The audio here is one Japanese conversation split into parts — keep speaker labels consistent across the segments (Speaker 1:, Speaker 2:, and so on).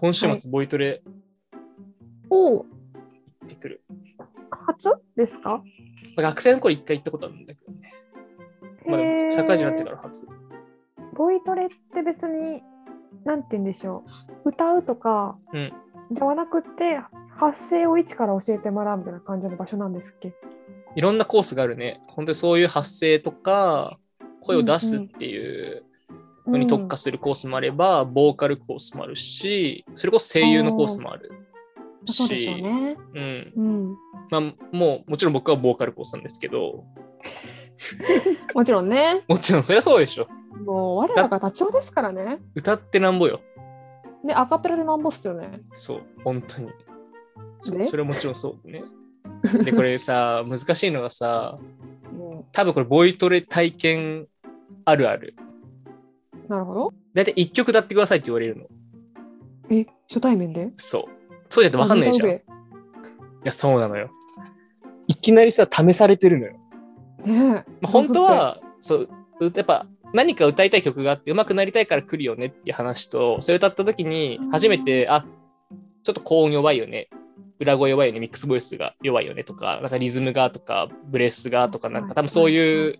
Speaker 1: 今週
Speaker 2: は
Speaker 1: 末、ボイトレ
Speaker 2: おお、
Speaker 1: 行ってくる。
Speaker 2: 初ですか
Speaker 1: 学生の頃一回行ったことあるんだけどね。まあでも、社会人になって
Speaker 2: ら。
Speaker 1: から初。
Speaker 2: ボイトレって別に、なんて言うんでしょう。歌うとか、
Speaker 1: うん
Speaker 2: ではなくて、発声を一から教えてもらうみたいな感じの場所なんですっけ
Speaker 1: いろんなコースがあるね。本当にそういう発声とか、声を出すっていうのに特化するコースもあれば、ボーカルコースもあるし、それこそ声優のコースもある
Speaker 2: うん、そうでしょう
Speaker 1: し、
Speaker 2: ね。
Speaker 1: うん。
Speaker 2: うん。
Speaker 1: まあ、もう、もちろん僕はボーカルコースなんですけど、
Speaker 2: もちろんね。
Speaker 1: もちろんそりゃそうでしょ。
Speaker 2: もう、我らがダチョウですからね。
Speaker 1: 歌ってなんぼよ。
Speaker 2: ね、アカペラでなんぼっすよね。
Speaker 1: そう、本当に。そ
Speaker 2: で
Speaker 1: それはもちろんそうね。で、これさ、難しいのがさ、
Speaker 2: うん
Speaker 1: 多分これ、ボイトレ体験あるある。
Speaker 2: なるほど。
Speaker 1: だいたい1曲歌ってくださいって言われるの。
Speaker 2: え、初対面で
Speaker 1: そう。そうじゃなくて分かんないじゃん。い
Speaker 2: ね
Speaker 1: や、そうなのよ。いきなりさ、試されてるのよ。
Speaker 2: え。
Speaker 1: まあ、本当、は、そう、うやっぱ、何か歌いたい曲があって、上手くなりたいから来るよねっていう話と、それ歌った時に
Speaker 2: うん、
Speaker 1: 初めて、あ、ちょっと高音弱いよね。裏声弱いよね。ミックスボイスが弱いよねとか、なんかリズムがとか、ブレスがとか、なん
Speaker 2: は
Speaker 1: か
Speaker 2: い
Speaker 1: 多分そういう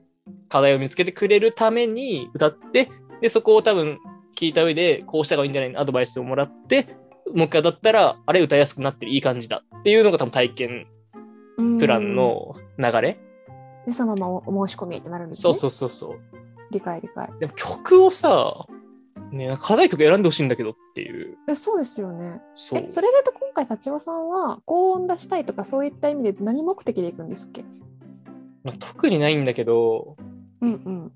Speaker 1: 課題を見つけてくれるために歌って、で、そこを多分聞いた上で、こうした方がいいんじゃないのアドバイスをもらって、もう一回歌ったら、あれ歌いやすくなってる、いい感じだっていうのが多分体験プラン。の流れ。
Speaker 2: で、そのままお申し込みってなるんです、ね。
Speaker 1: そうそうそうそう。
Speaker 2: 理解理解。
Speaker 1: でも曲をさ、ね、なんか課題曲選んでほしいんだけどっていう。
Speaker 2: え、そうですよね。
Speaker 1: そう
Speaker 2: え、それで言うと今回、立場さんは高音出したいとかそういった意味で何目的で行くんですっけ
Speaker 1: まあ特にないんだけど、
Speaker 2: うんうん。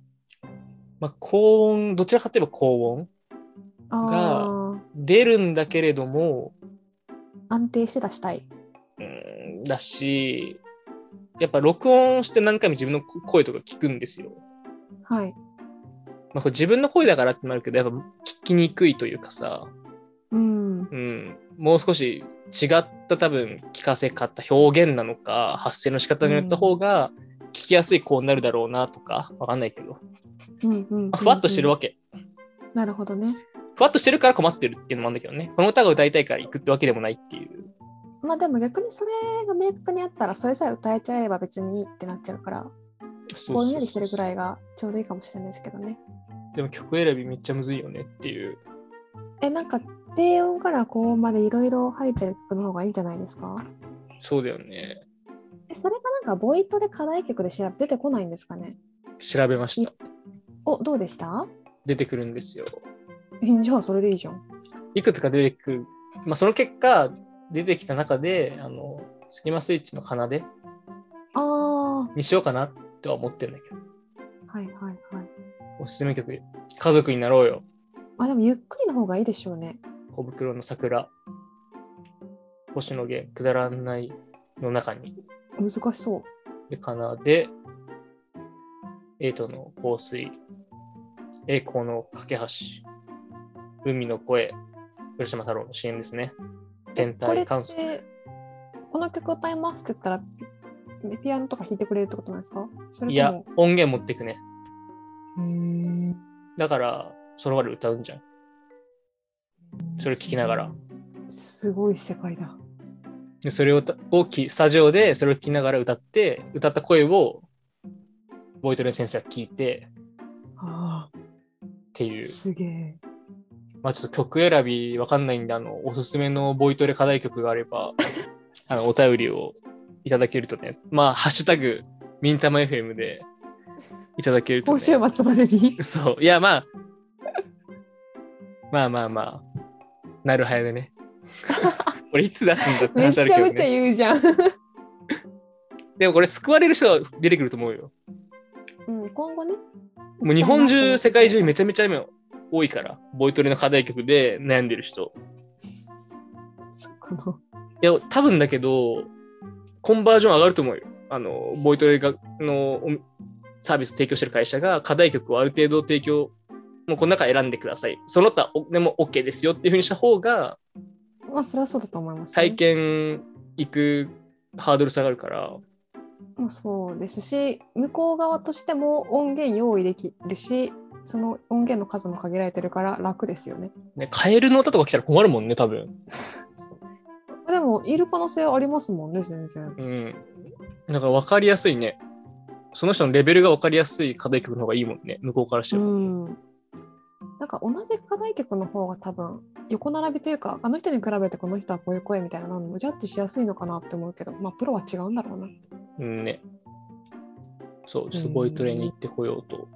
Speaker 1: まあ、高音、どちらかといえば高音
Speaker 2: あ
Speaker 1: 出るんだけれども、
Speaker 2: あ、安定して出したい。
Speaker 1: うん、だし、やっぱ録音して何回も自分の声とか聞くんですよ。
Speaker 2: はい。
Speaker 1: まあ、これ自分の声だからってなるけど、やっぱ聞きにくいというかさ、
Speaker 2: うん。
Speaker 1: うん、もう少し違った多分聞かせ方、表現なのか、発声の仕方によった方が聞きやすいこうになるだろうなとか、わかんないけど。
Speaker 2: うんうん、
Speaker 1: まあふわっとしてる
Speaker 2: わ。
Speaker 1: わけ。
Speaker 2: なるほどね。
Speaker 1: ふわっとしてるから困ってるっていうのもあるんだけどね。この歌が歌いたいから行くってわけでもないっていう。
Speaker 2: まあでも逆にそれが明確にあったらそれさえ歌えちゃえれば別にいいってなっちゃうから
Speaker 1: そ
Speaker 2: ぼんやりしてるぐら
Speaker 1: い。
Speaker 2: いがちょうどいいかもしれないですけどね。
Speaker 1: でも曲選びめっちゃむずいよねっていう。
Speaker 2: えなんか低音から高音までいろいろ入ってる曲の方がいいんじゃないですか
Speaker 1: そうだよね。
Speaker 2: えそれがなんかボイトレ課題曲で調べ出てこないんですかね
Speaker 1: 調べました。
Speaker 2: おどうでした
Speaker 1: 出てくるんですよ。
Speaker 2: えじゃあそれでいいじゃん。
Speaker 1: いくつか出てくる。まあ、その結果、出てきた中で、あの、スキマスイッチの奏で
Speaker 2: あ
Speaker 1: にしようかなとは思ってるんだけど。
Speaker 2: ーはいはいはい。
Speaker 1: おすすめ曲、家族になろうよ。
Speaker 2: あでもゆっくりの方がいいでしょうね。
Speaker 1: 小袋の桜。星野源、くだらないの中に。
Speaker 2: 難しそう。
Speaker 1: で、かなで、エイトの香水、栄光の架け橋、海の声、浦島太郎の CM ですね。天
Speaker 2: こ
Speaker 1: 体
Speaker 2: れっ
Speaker 1: 観測。
Speaker 2: てこの曲歌いますって言ったらピピアノとか弾いてくれるってことなんですかそ
Speaker 1: い
Speaker 2: れと
Speaker 1: や
Speaker 2: も、
Speaker 1: 音源持ってくね。
Speaker 2: へえ
Speaker 1: だから、その場で歌うんじゃん。それ聞きながら。
Speaker 2: すごい世界だ。
Speaker 1: でそれをたをきスタジオでそれを聞きながら歌って、歌った声を、ボイトレの先生が聞いて、
Speaker 2: あ
Speaker 1: って
Speaker 2: あ、
Speaker 1: いう。
Speaker 2: すげえ。
Speaker 1: まあちょっと曲選びわかんないんで、あの、おすすめのボイトレ課題曲があれば、 あの、お便りをいただけるとね、まあ、ハッシュタグ、ミンタマ FM でいただけると、
Speaker 2: 今
Speaker 1: ね。。
Speaker 2: 週末までに
Speaker 1: そう。いや、まあ、まあまあまあ、なるはやで ね。俺いつ出すんだって
Speaker 2: め
Speaker 1: 話
Speaker 2: ち
Speaker 1: あ
Speaker 2: ゃ
Speaker 1: るけど、
Speaker 2: めちゃ
Speaker 1: ね。
Speaker 2: 言うじゃん。
Speaker 1: でもこれ救われる人が出てくると思うよ。
Speaker 2: うん、今後ね。
Speaker 1: もう日本中、世界中めちゃめちゃ今多いから、ボイトレの課題曲で悩んでる人。
Speaker 2: そこの。
Speaker 1: いや、多分だけど、コンバージョン上がると思うよ。あの、ボイトレがのおサービス提供してる会社が課題曲をある程度提供、もうこの中選んでください。その他おでも OK ですよっていうふうにした方が、
Speaker 2: まあ、それはそうだと思います、
Speaker 1: 体。験行くハードル下がるから、
Speaker 2: まあ、そうですし、向こう側としても音源用意できるし、その音源の数も限られてるから楽ですよね。
Speaker 1: ね、カエルの歌とか来たら困るもんね、多分。
Speaker 2: でも、いる可能性はありますもんね、全然。
Speaker 1: うん。なんか分かりやすいね。その人のレベルが分かりやすい課題曲の方がいいもんね、向こうからして
Speaker 2: う
Speaker 1: も。
Speaker 2: ん。なんか同じ課題曲の方が多分横並びというかあの人に比べてこの人はこういう声みたいなのもジャッジしやすいのかなって思うけどまあプロは違うんだろうな。
Speaker 1: うんね。そう、ちょっとボイトレに行ってこようと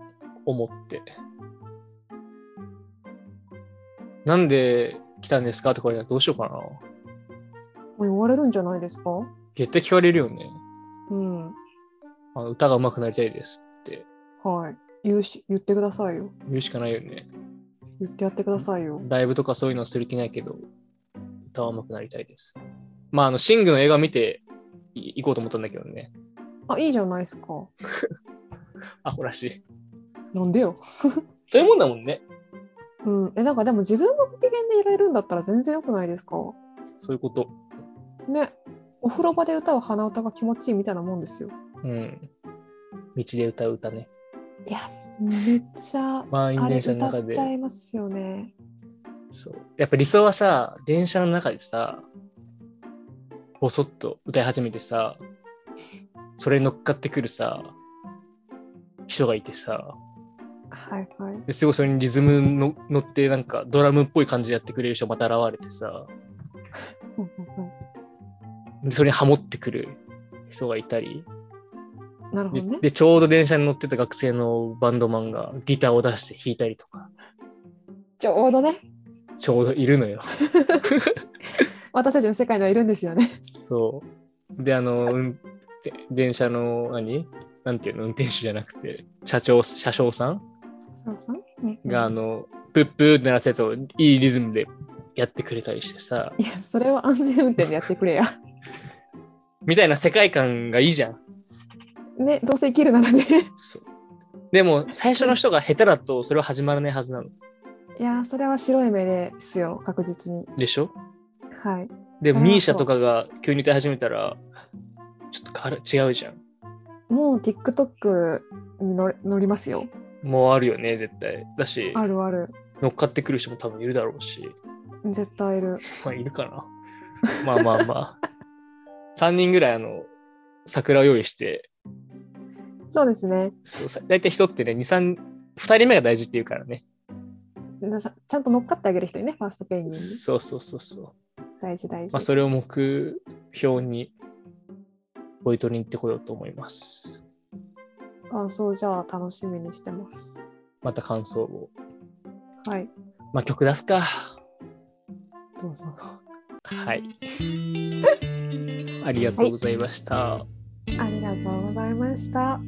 Speaker 1: 思って。なんで来たんですかとか言われたらどうしようかな。
Speaker 2: もう言われるんじゃないですか
Speaker 1: 絶対聞かれるよね。
Speaker 2: うん。
Speaker 1: あの歌が上手くなりたいですって
Speaker 2: はい。言うし言ってくださいよ。
Speaker 1: 言うしかないよね。
Speaker 2: 言ってやってくださいよ。
Speaker 1: ライブとかそういうのする気ないけど、歌は上手くなりたいです。まあ、あの、シングの映画見てい行こうと思ったんだけどね。
Speaker 2: あ、いいじゃないですか。
Speaker 1: アホらしい。
Speaker 2: なんでよ。
Speaker 1: そういうもんだもんね。
Speaker 2: うん。え、なんかでも自分のご機嫌でいられるんだったら全然良くないですか
Speaker 1: そういうこと。
Speaker 2: ね。お風呂場で歌う鼻歌が気持ちいいみたいなもんですよ。
Speaker 1: うん。道で歌う歌ね。
Speaker 2: めっちゃ、
Speaker 1: 満員
Speaker 2: あれ
Speaker 1: 電車の
Speaker 2: 歌
Speaker 1: 中
Speaker 2: っ
Speaker 1: で
Speaker 2: ち。ゃいますよね。
Speaker 1: そう。やっぱ理想はさ、電車の中でさ、ぼそっと歌い始めてさ、それに乗っかってくるさ、人がいてさ、
Speaker 2: はいはい。
Speaker 1: ですごいそれにリズムの乗ってなんかドラムっぽい感じでやってくれる人また現れてさ、
Speaker 2: うんうん
Speaker 1: でそれにハモってくる人がいたり、
Speaker 2: うんなるほ
Speaker 1: で
Speaker 2: どね。
Speaker 1: でちょうど電車に乗ってた学生のバンドマンがギターを出して弾いたりとか、
Speaker 2: ちょうどね、
Speaker 1: ちょうどいるのよ。
Speaker 2: 私たちの世界にはいるんですよね。
Speaker 1: そう。で、あの、うんで電車の、何なんていうの運転手じゃなくて、車掌、車掌さん
Speaker 2: そうそううんうん
Speaker 1: が、あの、プップーって鳴らすやつをいいリズムでやってくれたりしてさ、
Speaker 2: いや、それは安全運転でやってくれや。
Speaker 1: みたいな世界観がいいじゃん。
Speaker 2: ね、どうせ生きるならね。
Speaker 1: そう。でも、最初の人が下手だと、それは始まらないはずなの。
Speaker 2: いや、それは白い目ですよ、確実に。
Speaker 1: でしょ
Speaker 2: はい。
Speaker 1: で、
Speaker 2: それはそう
Speaker 1: ミーシャとかが急に歌い始めたら、ちょっとか違うじゃん。
Speaker 2: もう TikTok に乗れ乗りますよ。
Speaker 1: もうあるよね、絶対。だし、
Speaker 2: あるある。
Speaker 1: 乗っかってくる人も多分いるだろうし。
Speaker 2: 絶対いる。
Speaker 1: まあ、いるかな。まあまあまあ。3人ぐらい、あの、桜を用意して、
Speaker 2: そうですね。
Speaker 1: そうさ大体人ってね、2、3、2人目が大事って言うからね。
Speaker 2: でさちゃんと乗っかってあげる人にね、ファーストペイングに
Speaker 1: そうそうそうそう。
Speaker 2: 大事大事。
Speaker 1: まあ、それを目標に、ボイトリに行ってこようと思います。
Speaker 2: 感想じゃあ楽しみにしてます。
Speaker 1: また感想を。
Speaker 2: はい。
Speaker 1: まあ、曲出すか。
Speaker 2: どうぞ。
Speaker 1: はい。 ありがとうございました。
Speaker 2: ありがとうございました。